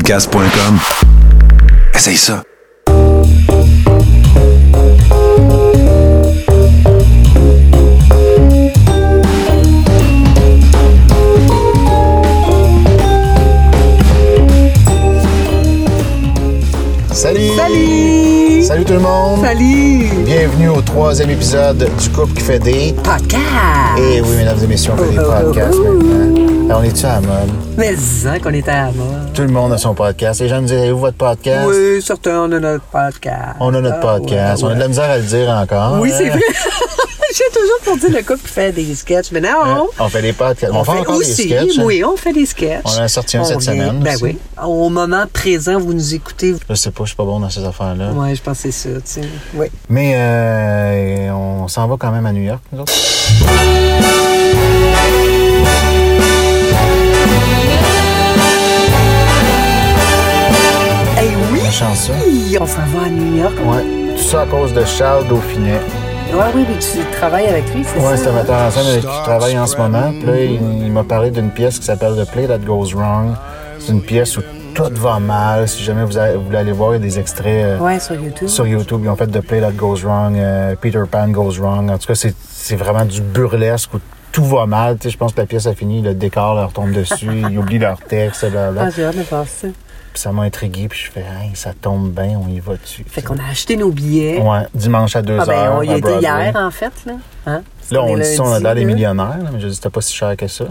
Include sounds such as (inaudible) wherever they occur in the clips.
podcast.com. Essaye ça. Salut! Salut! Salut tout le monde! Salut! Bienvenue au troisième épisode du Couple qui fait des. Podcast! Et Eh oui, mesdames et messieurs, on fait des Oh, oh, oh, podcasts oh. maintenant. Alors, on est-tu à la mode? Mais disons qu'on était à mort. Tout le monde a son podcast. Les gens nous disent, avez-vous votre podcast? Oui, certains, on a notre podcast. On a notre Ah, podcast. ouais, On a de la misère à le dire encore. Oui, c'est hein? vrai. (laughs) J'ai toujours pour dire le couple qui fait des sketchs, mais non! On fait des podcasts. Euh, On, fait encore hein? aussi, des sketchs. hein? oui, on fait des sketchs. On en a sorti un On cette vient- semaine Ben aussi. oui. Au moment présent, vous nous écoutez. Je sais pas, je suis pas bon dans ces affaires-là. Ouais, je pense que c'est ça, tu sais. Oui. Mais euh, on s'en va quand même à New York, nous autres. Eh oui! Chanceux. On s'en va à New York. Ouais. Tout ça à cause de Charles Dauphinet. Ouais, oui, mais tu travailles avec lui, c'est Ouais, c'est ça? un metteur en scène avec qui je travaille en ce moment. Puis là, il, il m'a parlé d'une pièce qui s'appelle The Play That Goes Wrong. C'est une pièce où tout va mal. Si jamais vous, allez- vous voulez aller voir, il y a des extraits euh, Ouais, sur YouTube. sur YouTube. Ils ont fait The Play That Goes Wrong, euh, Peter Pan Goes Wrong. En tout cas, c'est c'est vraiment du burlesque où tout va mal. Tu sais, je pense que la pièce a fini, le décor leur tombe (laughs) dessus, ils oublient leur texte, blablabla. Ah, j'ai hâte de voir ça. Puis ça m'a intrigué, puis je fais, hey, ça tombe bien, on y va dessus. Fait qu'on a acheté nos billets. Ouais, dimanche à 2h. Ah ben, on y à était Broadway. hier, en fait, là. Hein? Là, on est dit ça, on a lundi, l'air des là. millionnaires, là, mais je dis, c'était pas si cher que ça. là.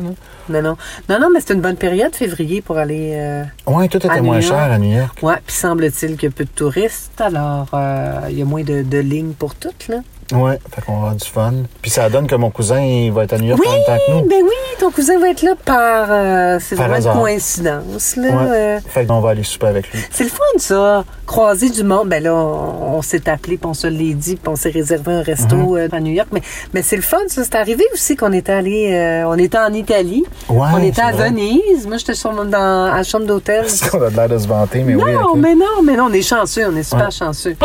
Non, non. Non, non, mais c'est une bonne période, février, pour aller... euh, Oui, tout était À New moins York. cher à New York. Ouais, puis semble-t-il qu'il y a peu de touristes, alors euh, il y a moins de, de lignes pour toutes, là. Ouais, fait qu'on va avoir du fun. Puis ça donne que mon cousin, il va être à New York Oui, en même temps que nous. ben oui, ton cousin va être là par... euh, c'est Par vraiment hasard. une coïncidence, là. Ouais. euh. Fait qu'on va aller souper avec (laughs) lui. C'est le fun, ça. Croiser du monde. Ben là, on, on s'est appelé, puis on se l'est dit, puis on s'est réservé un resto Mhm. euh, à New York. Mais, mais c'est le fun, ça. C'est arrivé aussi qu'on était allé, euh, on était en Italie. Ouais, on était c'est à vrai. Ah, Venise. Moi, j'étais sur, mon- dans, à la chambre d'hôtel. C'est qu'on a de l'air de se vanter, mais oui. non, avec lui. mais non, mais non, on est chanceux, on est super chanceux.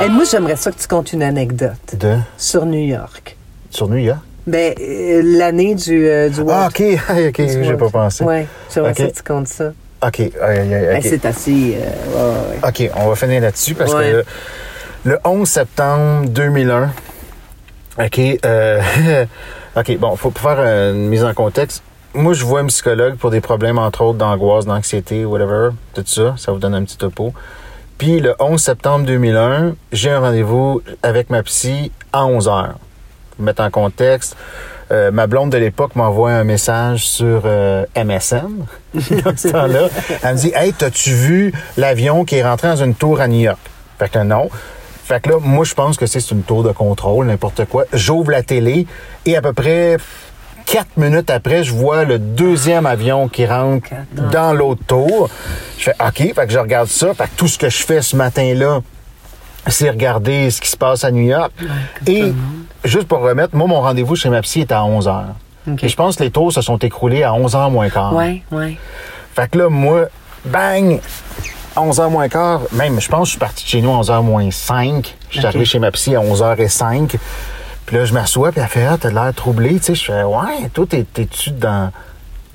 Et moi, j'aimerais ça que tu comptes une anecdote De... sur New York. Sur New York? Ben, euh, l'année du, euh, du Ah, World- OK, (laughs) ok, du j'ai pas World- pensé. Ouais, j'aimerais Ok. ça que tu comptes ça. OK, aïe, aïe, aïe, Ben, OK. c'est assez... euh, ouais, OK, ouais. on va finir là-dessus parce Ouais. que le, le 11 septembre 2001, OK, euh, (laughs) OK, bon, faut faire une mise en contexte. Moi, je vois un psychologue pour des problèmes, entre autres, d'angoisse, d'anxiété, whatever, tout ça. Ça vous donne un petit topo. Puis le 11 septembre 2001, j'ai un rendez-vous avec ma psy à 11 heures. Pour mettre en contexte, euh, ma blonde de l'époque m'envoie un message sur euh, MSN. dans ce temps-là, elle me dit Hey, t'as-tu vu l'avion qui est rentré dans une tour à New York Fait que non. Fait que là, moi, je pense que c'est une tour de contrôle, n'importe quoi. J'ouvre la télé et à peu près quatre minutes après, je vois le deuxième avion qui rentre dans l'autre tour. Je fais OK, fait que je regarde ça. Fait que tout ce que je fais ce matin-là, c'est regarder ce qui se passe à New York. Et juste pour remettre, moi, mon rendez-vous chez ma psy est à 11 h. OK. Et je pense que les tours se sont écroulés à 11 h moins quart. Ouais, ouais. Fait que là, moi, bang! 11h moins quart, même, je pense que je suis parti de chez nous à 11h moins 5. Je suis Ok. arrivé chez ma psy à 11h05. Puis là, je m'assois, puis elle fait, ah, t'as l'air troublé. Tu sais, je fais, ouais, toi, t'es- t'es-tu dans,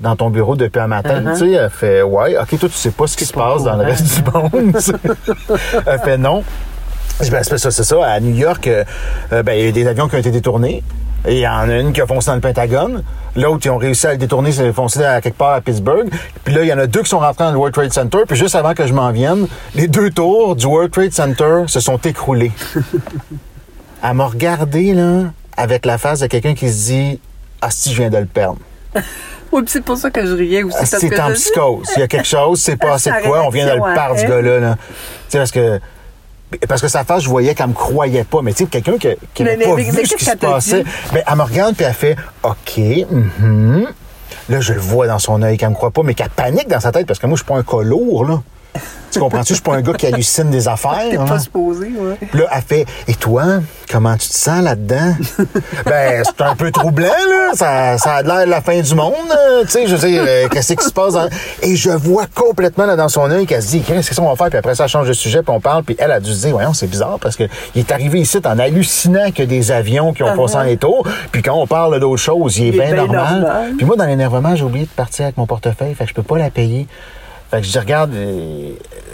dans ton bureau depuis un matin? Uh-huh. Tu sais, elle fait, ouais, ok, toi, tu sais pas ce qui se pas au passe dans le courant. reste du monde. tu sais. elle fait, non. Je dis, ben, c'est pas ça, c'est ça. À New York, euh, euh, ben, il y a des avions qui ont été détournés. Et il y en a une qui a foncé dans le Pentagone. L'autre, ils ont réussi à le détourner, c'est foncé à quelque part à Pittsburgh. Puis là, il y en a deux qui sont rentrés dans le World Trade Center. Puis juste avant que je m'en vienne, les deux tours du World Trade Center se sont écroulés. Elle m'a regardé, là, avec la face de quelqu'un qui se dit Ah, si, je viens de le perdre. Oui, puis c'est pour ça que je riais aussi. parce que Ah, C'est en je- psychose. Il y a quelque chose, c'est (laughs) pas assez Sa de quoi, on vient de le réaction à perdre, ce elle. gars-là. là. Tu sais, parce que. Parce que sa face, je voyais qu'elle me croyait pas. Mais tu sais, quelqu'un qui, qui Mais- n'avait mais- pas mais vu qu'est-ce ce qui se qu'elle t'a passait, dit? ben, elle me regarde puis elle fait OK, mhm. Là, je le vois dans son œil qu'elle me croit pas, mais qu'elle panique dans sa tête parce que moi, je suis pas un cas lourd, là. Tu tu comprends-tu? Je suis pas un gars qui hallucine des affaires. (laughs) T'es hein? pas supposé, ouais. Puis là, elle fait Et toi, comment tu te sens là-dedans? (laughs) ben, c'est un peu troublant, là. Ça, ça a l'air de la fin du monde. euh, Tu sais, je veux dire, euh, qu'est-ce qui se passe? dans- Et je vois complètement là, dans son œil qu'elle se dit Qu'est-ce qu'on va faire? Puis après, ça elle change de sujet, puis on parle. Puis elle a dû se dire Voyons, c'est bizarre parce que il est arrivé ici en hallucinant que des avions qui ont passé en étau. Puis quand on parle d'autre chose, Ah il est Il est bien ben normal. normal. Puis moi, dans l'énervement, j'ai oublié de partir avec mon portefeuille. Fait que je peux pas la payer. Fait que je dis, regarde, euh,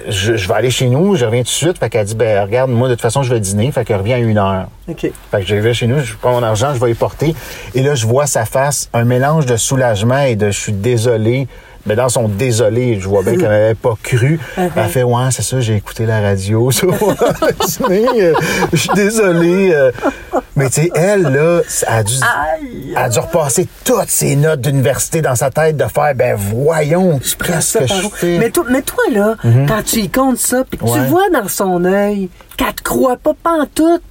je, je vais aller chez nous, je reviens tout de suite. Fait qu'elle dit, ben, regarde, moi, de toute façon, je vais dîner. Fait qu'elle revient à une heure. OK. Fait que je vais chez nous, je prends mon argent, je vais y porter. Et là, je vois sa face, un mélange de soulagement et de je suis désolé. Mais dans son désolé, je vois bien qu'elle n'avait pas cru. Uh-huh. Elle fait Ouais, c'est ça, j'ai écouté la radio (laughs) sur mon dîner, euh, Je suis désolé. euh. Mais tu sais, elle, là, elle a dû, elle a dû repasser toutes ses notes d'université dans sa tête de faire Ben voyons, qu'est-ce que je Par où? fais? Mhm. Mais toi, mais toi, là, quand tu y comptes ça, puis que tu Ouais. vois dans son œil qu'elle te croit pas pantoute,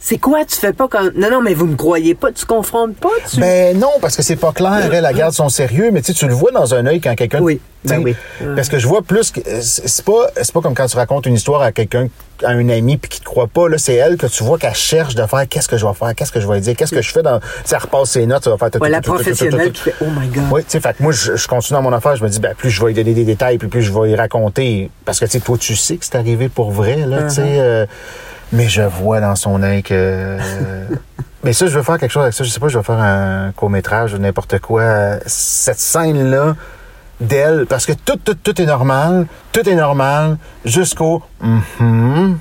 c'est quoi? Tu fais pas comme... Non, non, mais vous me croyez pas, tu confrontes pas, tu... Ben non, parce que c'est pas clair. Elle, la garde son sérieux, mais tu sais, tu le vois dans un œil quand quelqu'un. Oui, tu ben sais, oui. Parce que je vois plus que euh, c'est c'est pas c'est pas comme quand tu racontes une histoire à quelqu'un à un ami puis qui te croit pas là, c'est elle que tu vois qu'elle cherche de faire qu'est-ce que je vais faire, qu'est-ce que je vais dire, qu'est-ce que je fais dans tu sais, elle repasse ses notes, ça va faire tout, Ouais, tout, la tout, tout, tout, tout, professionnelle tout, tout. qui fait, oh my God. Oui, tu sais, fait que moi, je, je continue dans mon affaire, je me dis, ben, plus je vais y donner des détails, puis plus je vais y raconter. Parce que, tu sais, toi, tu sais que c'est arrivé pour vrai, là, tu sais. Uh-huh. euh, mais je vois dans son œil que. (laughs) euh, mais ça, je veux faire quelque chose avec ça. Je sais pas, je vais faire un court-métrage ou n'importe quoi. Euh, Cette scène-là d'elle, parce que tout, tout, tout est normal, tout est normal, jusqu'au (laughs) Mhm.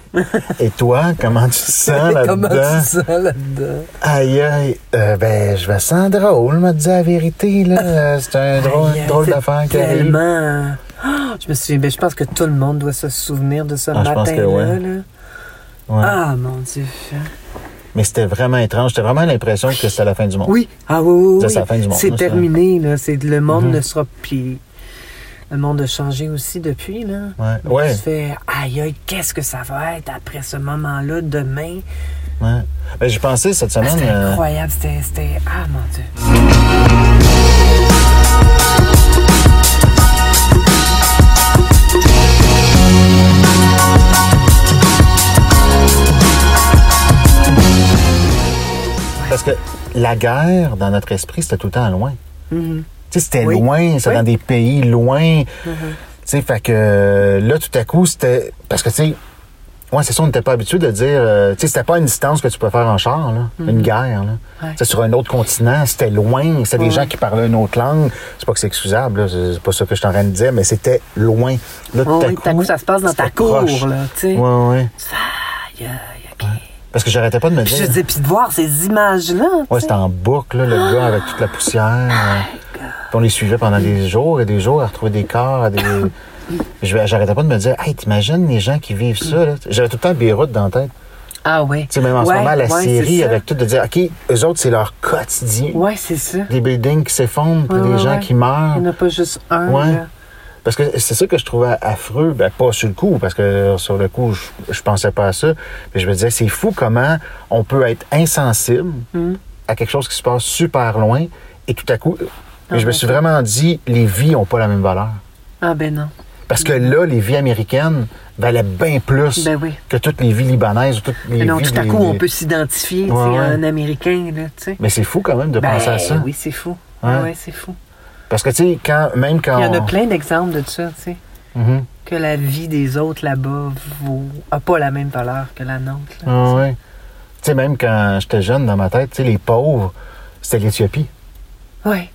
Et toi, comment tu te sens Comment là-dedans? tu sens là-dedans? Aïe, aïe, euh, ben, je me sens drôle, me dis la vérité, là. Euh, C'est un drôle, Ah. Aïe, aïe, drôle c'est d'affaire qui arrive. Tellement. Ah, je me souviens, ben, je pense que tout le monde doit se souvenir de ce Ah, je matin-là. pense que ouais. là. Ouais. Ah, mon Dieu. hein. Mais c'était vraiment étrange. J'étais vraiment l'impression que c'était la fin du monde. Oui. Ah oui, oui, Ça, oui. c'est la fin du monde, C'est là, ça. terminé, là. C'est, le monde Mhm. ne sera... Puis le monde a changé aussi depuis, là. Ouais. Donc, Ouais. Tu fais, aïe, aïe, qu'est-ce que ça va être après ce moment-là, demain? Ouais. Ben, j'ai pensé cette Ah, semaine. c'était euh, incroyable. C'était, c'était... Ah, mon Dieu. parce que la guerre, dans notre esprit, c'était tout le temps loin. Tu sais, c'était Mm-hmm. Oui. loin, c'était Oui. Mm-hmm. dans des pays loin. Tu sais, fait que euh, là, tout à coup, c'était. Parce que, tu sais, ouais, c'est ça, on n'était pas habitué de dire. euh, tu sais, c'était pas une distance que tu peux faire en char, là. Une guerre, là. Mm-hmm. Ouais. Tu sais, sur un autre continent, c'était loin. C'était des gens qui parlaient une autre langue. C'est pas que c'est excusable, là. C'est c'est pas ça que je suis en train de dire, mais c'était loin. Là, tout Oh, à oui, coup. tout à coup, ça se passe dans ta c'était cour, proche. là, tu sais. Ouais, ouais. Aïe, aïe, OK. Parce que j'arrêtais pas de me Puis dire. je dis, puis de voir ces images-là. tu Ouais, sais. c'était en boucle, là, Ah! le gars avec toute la poussière. euh, puis on les suivait pendant des jours et des jours à retrouver des corps, à des. (laughs) Je- J'arrêtais pas de me dire, hey, t'imagines les gens qui vivent ça, là? J'avais tout le temps Beyrouth dans la tête. Ah oui. Tu sais, même en ce Ouais, moment, la ouais, série c'est ça. avec tout, de dire, OK, eux autres, c'est leur quotidien. Ouais, c'est ça. Des buildings qui s'effondrent, puis Ouais, des ouais, gens ouais. qui Il meurent. n'y en a pas juste un. Ouais. là. Parce que c'est ça que je trouvais affreux, ben pas sur le coup, parce que sur le coup, je, je pensais pas à ça, mais je me disais, c'est fou comment on peut être insensible Hmm. à quelque chose qui se passe super loin, et tout à coup, mais je me suis vraiment dit, les vies ont pas la même valeur. Ah ben non. Parce que là, les vies américaines valaient bien plus Ben oui. que toutes les vies libanaises ou toutes les Mais Ben non, vies tout à des- coup, on des- peut s'identifier tu sais, Ouais, ouais. à un Américain, là, tu sais. Mais c'est fou quand même de penser à ça. Ben oui, c'est fou. Ouais. Ah. Ah ouais, c'est fou. Parce que tu sais, quand même quand Il y en a on- plein d'exemples de ça, tu sais. Mhm. Que la vie des autres là-bas vaut... a pas la même valeur que la nôtre. là. Ah ouais. Tu sais, même quand j'étais jeune dans ma tête, tu sais, les pauvres, c'était l'Éthiopie. Ouais.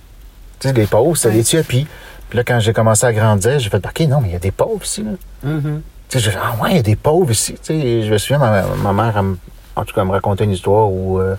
Tu sais, les pauvres, c'était Ouais. l'Éthiopie. Puis là, quand j'ai commencé à grandir, j'ai fait, OK, non, mais il y a des pauvres ici, là. Mhm. Tu sais, j'ai fait, ah ouais, il y a des pauvres ici. Tu sais, je me souviens, ma, ma mère, elle me- en tout cas, elle me racontait une histoire où euh,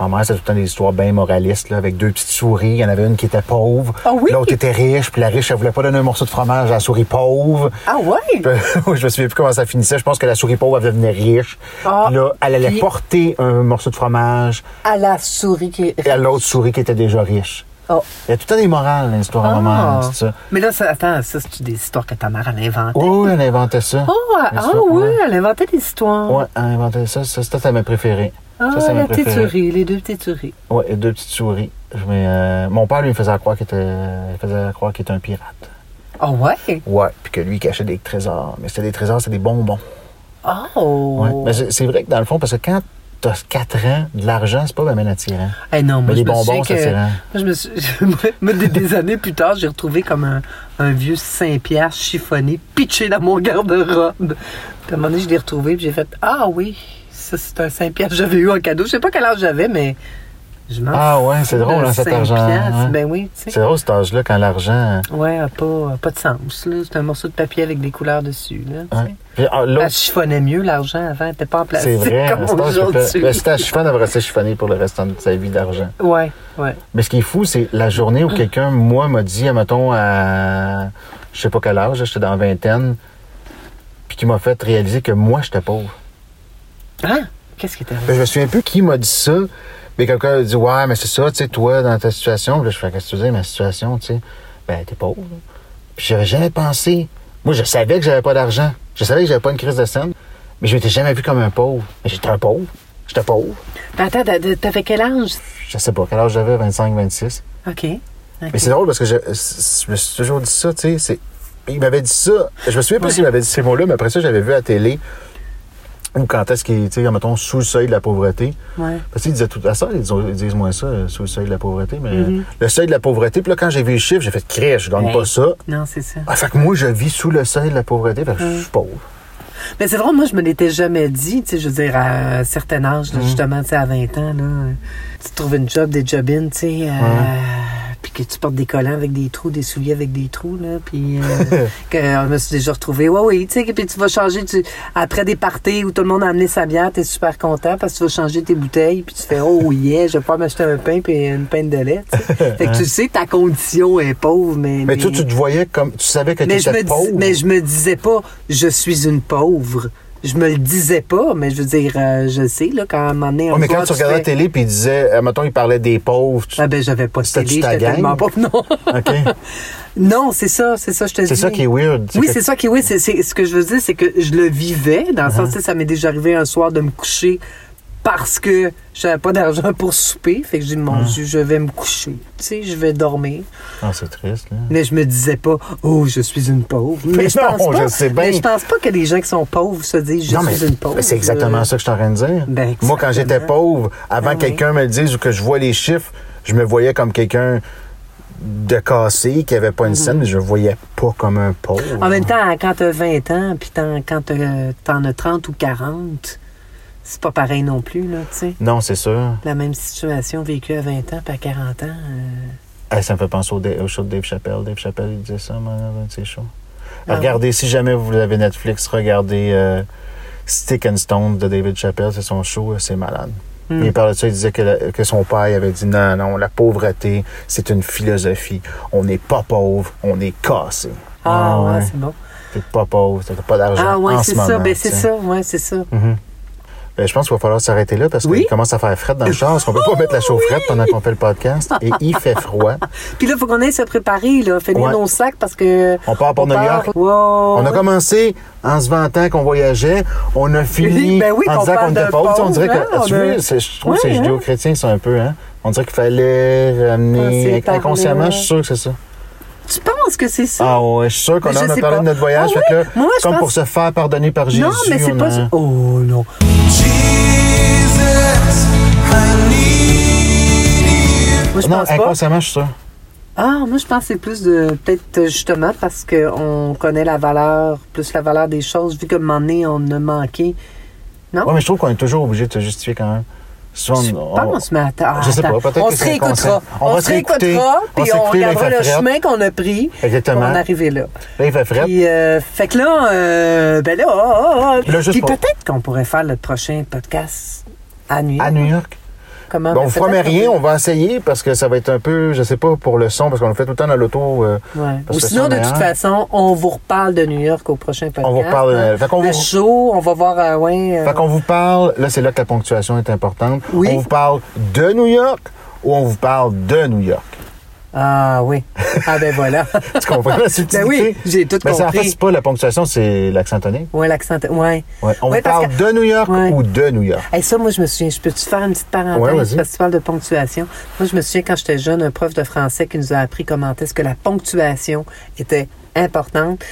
ma mère, c'était tout le temps des histoires bien moralistes, là, avec deux petites souris. Il y en avait une qui était pauvre. Ah oui? L'autre était riche, puis la riche, elle voulait pas donner un morceau de fromage à la souris pauvre. Ah ouais? Puis, (laughs) je me souviens plus comment ça finissait. Je pense que la souris pauvre, elle devenait riche. Ah. Puis là, elle allait Puis- porter un morceau de fromage À la souris qui est... et à l'autre souris qui était déjà riche. Oh. Il y a tout le temps des morales dans l'histoire à maman, Ah. c'est ça. Mais là, ça, attends, ça, c'est des histoires que ta mère, elle inventée. Oui, elle inventait ça. Oh, ah Bien ah sûr, ouais, ouais. elle inventait des histoires. Ouais, elle inventait ça. Ça, c'était ma préférée. Ah, ça, c'est ma la préférée. téturie, les deux téturies. Ouais, et deux petites souris. Mais, euh, mon père, lui, me faisait croire qu'il était, il faisait croire qu'il était un pirate. Ah ouais? Ouais, puis que lui, il cachait des trésors. Mais c'était des trésors, c'est des bonbons. Oh! Ouais. Mais c'est c'est vrai que dans le fond, parce que quand t'as 4 ans, de l'argent, c'est pas vraiment attirant. Eh non, moi, Mais les je me souviens bonbons, ça, que... c'est rare. moi, je me suis... (laughs) moi, des, des années plus tard, j'ai retrouvé comme un, un vieux Saint-Pierre chiffonné, pitché dans mon garde-robe. Puis à un moment donné, je l'ai retrouvé, puis j'ai fait Ah oui, ça, c'est un Saint-Pierre que j'avais eu en cadeau. Je sais pas quel âge j'avais, mais je m'en Ah ouais, c'est fous drôle, d'un hein, cet argent, Saint-Pierre. ouais. Ben oui, tu sais. C'est drôle cet âge-là quand l'argent. hein? Ouais, a pas, a pas de sens. là. C'est un morceau de papier avec des couleurs dessus. Là, tu sais. hein. Puis, ah, Elle l'autre, chiffonnait mieux l'argent avant, elle n'était pas en plastique c'est vrai. à cet (laughs) comme âge, aujourd'hui. le stage chiffon devrait rester chiffonné pour le restant de sa vie d'argent. Ouais, ouais. Mais ce qui est fou, c'est la journée où quelqu'un, moi, m'a dit, mettons, à je sais pas quel âge, j'étais dans la vingtaine, puis qui m'a fait réaliser que moi, j'étais pauvre. Hein? Qu'est-ce qui était Ben, je me souviens plus qui m'a dit ça, mais quelqu'un a dit Ouais, mais c'est ça, tu sais, toi, dans ta situation. Puis là, je fais Qu'est-ce que tu dis, ma situation, tu sais Ben, t'es pauvre. là. Puis j'avais jamais pensé. Moi, je savais que j'avais pas d'argent. Je savais que j'avais pas une crise de scène, mais je m'étais jamais vu comme un pauvre. Mais j'étais un pauvre. J'étais pauvre. Mais Attends, t'as- t'avais quel âge? Je sais pas, quel âge j'avais 25, 26. OK. OK. Mais c'est drôle parce que je, je me suis toujours dit ça, tu sais. c'est- Il m'avait dit ça. Je me souviens pas Ouais. s'il m'avait dit ces mots-là, mais après ça, j'avais vu à la télé ou quand est-ce qu'il, tu sais, mettons, sous le seuil de la pauvreté. Ouais. Parce qu'ils disaient tout à ça, ils disent, ils disent moins ça, euh, sous le seuil de la pauvreté, mais euh, Mhm. le seuil de la pauvreté, puis là, quand j'ai vu le chiffre, j'ai fait crèche, je gagne Hey. pas ça. Non, c'est ça. Ah, fait que moi, je vis sous le seuil de la pauvreté, fait que je Mhm. suis pauvre. Mais c'est drôle, moi, je me l'étais jamais dit, tu sais, je veux dire, à un certain âge, Mhm. là, justement, tu sais, à 20 ans, là, euh, tu trouves une job, des job-ins, tu sais, euh, puis que tu portes des collants avec des trous, des souliers avec des trous, là, puis (laughs) euh, que euh, je me suis déjà retrouvée, ouais, oui, tu sais, que- puis tu vas changer, tu- après des parties où tout le monde a amené sa bière, t'es super content parce que tu vas changer tes bouteilles, puis tu fais, oh yeah, je vais pouvoir m'acheter un pain puis une pinte de lait, (laughs) tu sais. Fait que tu sais, ta condition est pauvre, mais... Mais toi, tu te voyais comme, tu savais que tu Mais je, me étais dis- pauvre. mais je me disais pas, je suis une pauvre. Je me le disais pas, mais je veux dire, euh, je sais, là, quand à un moment donné, un Ouais, mais quand soir, tu regardais la fais, télé, puis il disait, euh, mettons, il parlait des pauvres, tu- Ah ben, j'avais pas de C'était-tu télé, ta j'étais gang? tellement pauvre. Non, (laughs) OK? non c'est ça, c'est ça, je te dis. C'est ça qui est weird. Oui, que- c'est ça qui est, oui, c'est, c'est- ce que je veux dire, c'est que je le vivais, dans le Uh-huh. sens, tu sais, ça m'est déjà arrivé un soir de me coucher parce que j'avais pas d'argent pour souper, fait que j'ai dit, mon Uh-huh. Dieu, je vais me coucher, tu sais, je vais dormir. Ah, c'est triste, là. Mais je me disais pas, oh, je suis une pauvre. Mais, Mais je non, pense pas. je sais bien. Mais je pense pas que les gens qui sont pauvres se disent, je Non, mais suis une pauvre. mais c'est exactement Euh, ça que je suis en train de dire. Ben, exactement. Moi, quand j'étais pauvre, avant Ah que oui. quelqu'un me le dise ou que je vois les chiffres, je me voyais comme quelqu'un de cassé, qui avait pas une scène, mais je me voyais pas comme un pauvre. Mhm. En même temps, quand t'as 20 ans, puis t'en- quand t'as- t'en as 30 ou 40, c'est pas pareil non plus, là, tu sais. Non, c'est sûr. La même situation vécue à 20 ans, puis à 40 ans. euh, Eh, ça me fait penser au, Da- au show de Dave Chappelle. Dave Chappelle, il disait ça moi, dans un de ses shows. Ah oui. Regardez, si jamais vous avez Netflix, regardez euh, Stick and Stone de David Chappelle. C'est son show, euh, c'est malade. Hmm. Il parlait de ça, il disait que, la- que son père il avait dit non, non, la pauvreté, c'est une philosophie. On n'est pas pauvre, on est cassé. Ah, ouais, c'est bon. T'es pas pauvre, t'as pas d'argent. Ah, ouais, en c'est ce ça. moment, Ben, tu c'est sais. Mhm. ça. Ouais, c'est ça. Ben, je pense qu'il va falloir s'arrêter là parce Oui? Oh, qu'il commence à faire fret dans le char. Parce qu'on peut pas mettre la chaufferette pendant qu'on fait le podcast. Et il fait froid. (laughs) Puis là, faut qu'on aille se préparer, là. Finir Ouais. nos sacs parce que. On part pour New York. Wow. On a commencé en se vantant qu'on voyageait. On a fini Ben oui, en qu'on disant parle qu'on était de pauvre. Tu sais, On pauvre, dirait que, hein, tu on a- vois, c'est- je trouve que Ouais, ces hein. judéo-chrétiens sont un peu, hein. On dirait qu'il fallait ramener Passer par inconsciemment. le- Je suis sûr que c'est ça. Tu penses que c'est ça? Ah ouais, je suis sûr qu'on Mais en Ben, je a sais parlé pas. de notre voyage. Ah fait ouais? que là, Moi, je comme pense- pour se faire pardonner par Jésus. Non, mais c'est on pas. a- Oh non. Moi, je Non, pense pas. inconsciemment, je suis sûr. Ah, moi, je pense que c'est plus de. Peut-être euh, justement parce qu'on connaît la valeur, plus la valeur des choses, vu que un moment donné, on a manqué. Ouais, mais je trouve qu'on est toujours obligé de se justifier quand même. Souvent, Je on- pense, mais attends. Je sais pas, attends. peut-être on que se c'est réécoutera. inconscient. On va se se réécouter. réécoutera, On puis va on s'écouter les regardera le fêtes. chemin qu'on a pris Exactement. pour en arriver là. Là, il fait fret. Puis, euh, fait que là, euh, ben là, ah, ah, ah. Là, juste puis pour- peut-être qu'on pourrait faire le prochain podcast à nuit. À New York. Comment Bon, on ben, ne peut-être promet qu'on rien, peut- on va essayer parce que ça va être un peu, je sais pas, pour le son, parce qu'on le fait tout le temps dans l'auto. euh, Ouais. parce Ou que sinon, c'est de toute meilleur. façon, on vous reparle de New York au prochain podcast. On vous reparle, hein. euh, fait qu'on le vous- show, on va voir. euh, ouais, euh, Fait qu'on vous parle, là c'est là que la ponctuation est importante. Oui. On vous parle de New York ou on vous parle de New York. Ah oui. Ah ben voilà. (laughs) Tu comprends la subtilité? (laughs) Ben oui, j'ai tout Mais c'est- en compris. fait, c'est pas la ponctuation, c'est l'accent tonique. ouais, l'accent. Ouais. Ouais. On Ouais, vous parce parle que- de New York Ouais. ou de New York. Hey, ça, moi, je me souviens, je peux-tu faire une petite Ouais, parenthèse vas-y. parce que tu parles de ponctuation? Moi, je me souviens, quand j'étais jeune, un prof de français qui nous a appris comment est-ce que la ponctuation était importante.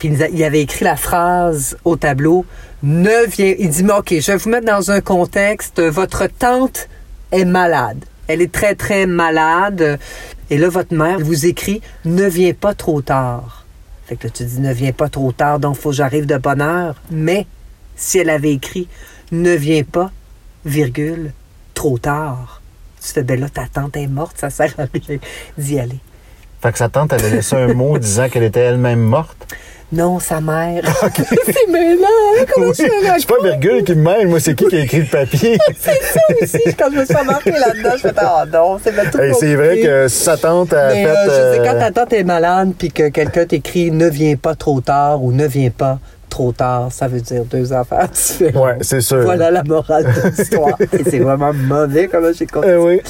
Puis il nous a- il avait écrit la phrase au tableau. Ne viens. Il dit, mais OK, je vais vous mettre dans un contexte. Votre tante est malade. Elle est très, très malade. Et là, votre mère vous écrit, ne viens pas trop tard. Fait que là, tu dis, ne viens pas trop tard, donc faut que j'arrive de bonne heure. Mais si elle avait écrit, ne viens pas, virgule, trop tard. Tu fais, ben là, ta tante est morte, ça sert à rien d'y aller. Fait que sa tante avait laissé un mot disant qu'elle était elle-même (laughs) morte. Non, sa mère. Ah, (laughs) c'est mêlant, hein, comment je me C'est pas raconte? Virgule qui me mêle, moi, c'est qui qui a écrit le papier? C'est ça aussi, quand je me suis embarquée là-dedans, je me dis, ah non, (laughs) c'est pas tout Hey, c'est vrai compliqué. que sa tante a Mais, fait. euh, je sais, quand euh, ta tante est malade puis que quelqu'un t'écrit ne viens pas trop tard ou ne viens pas trop tard, ça veut dire deux affaires différentes. Ouais, c'est sûr. Voilà la morale de (laughs) l'histoire. Et c'est vraiment mauvais comment j'ai compris. Eh oui.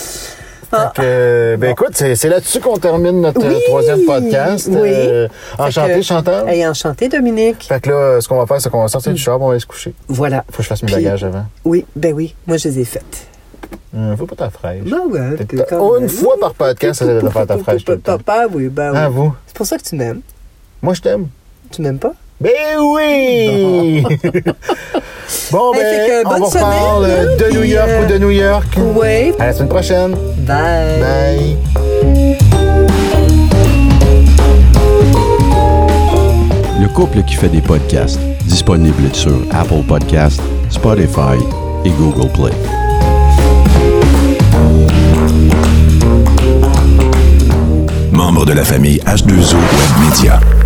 Ah. Fait que, euh, ben écoute, c'est c'est là-dessus qu'on termine notre euh, troisième podcast. Oui. Euh, enchanté, Fait que- chanteur. Hey, enchanté, Dominique. Fait que là, euh, ce qu'on va faire, c'est qu'on va sortir du char, on va aller se coucher. Voilà. Faut que je fasse mes Puis- bagages avant. Oui, ben oui, moi je les ai faites. Hum, faut pas ta fraîche. Ben ouais, T'es- puis t'as- quand une même. fois par podcast, ça de (laughs) faire ta fraîche tout le temps. Papa, oui, ben oui. Ah, vous? C'est pour ça que tu m'aimes. Moi, je t'aime. Tu m'aimes pas? Ben (laughs) oui! bon, Hey, ben, fait que on bonne vous reparle semaine, là, de New puis, York euh, ou de New York. Oui. À la semaine prochaine. Bye. Bye. Le couple qui fait des podcasts, disponible sur Apple Podcasts, Spotify et Google Play. Membre de la famille H2O Web Media.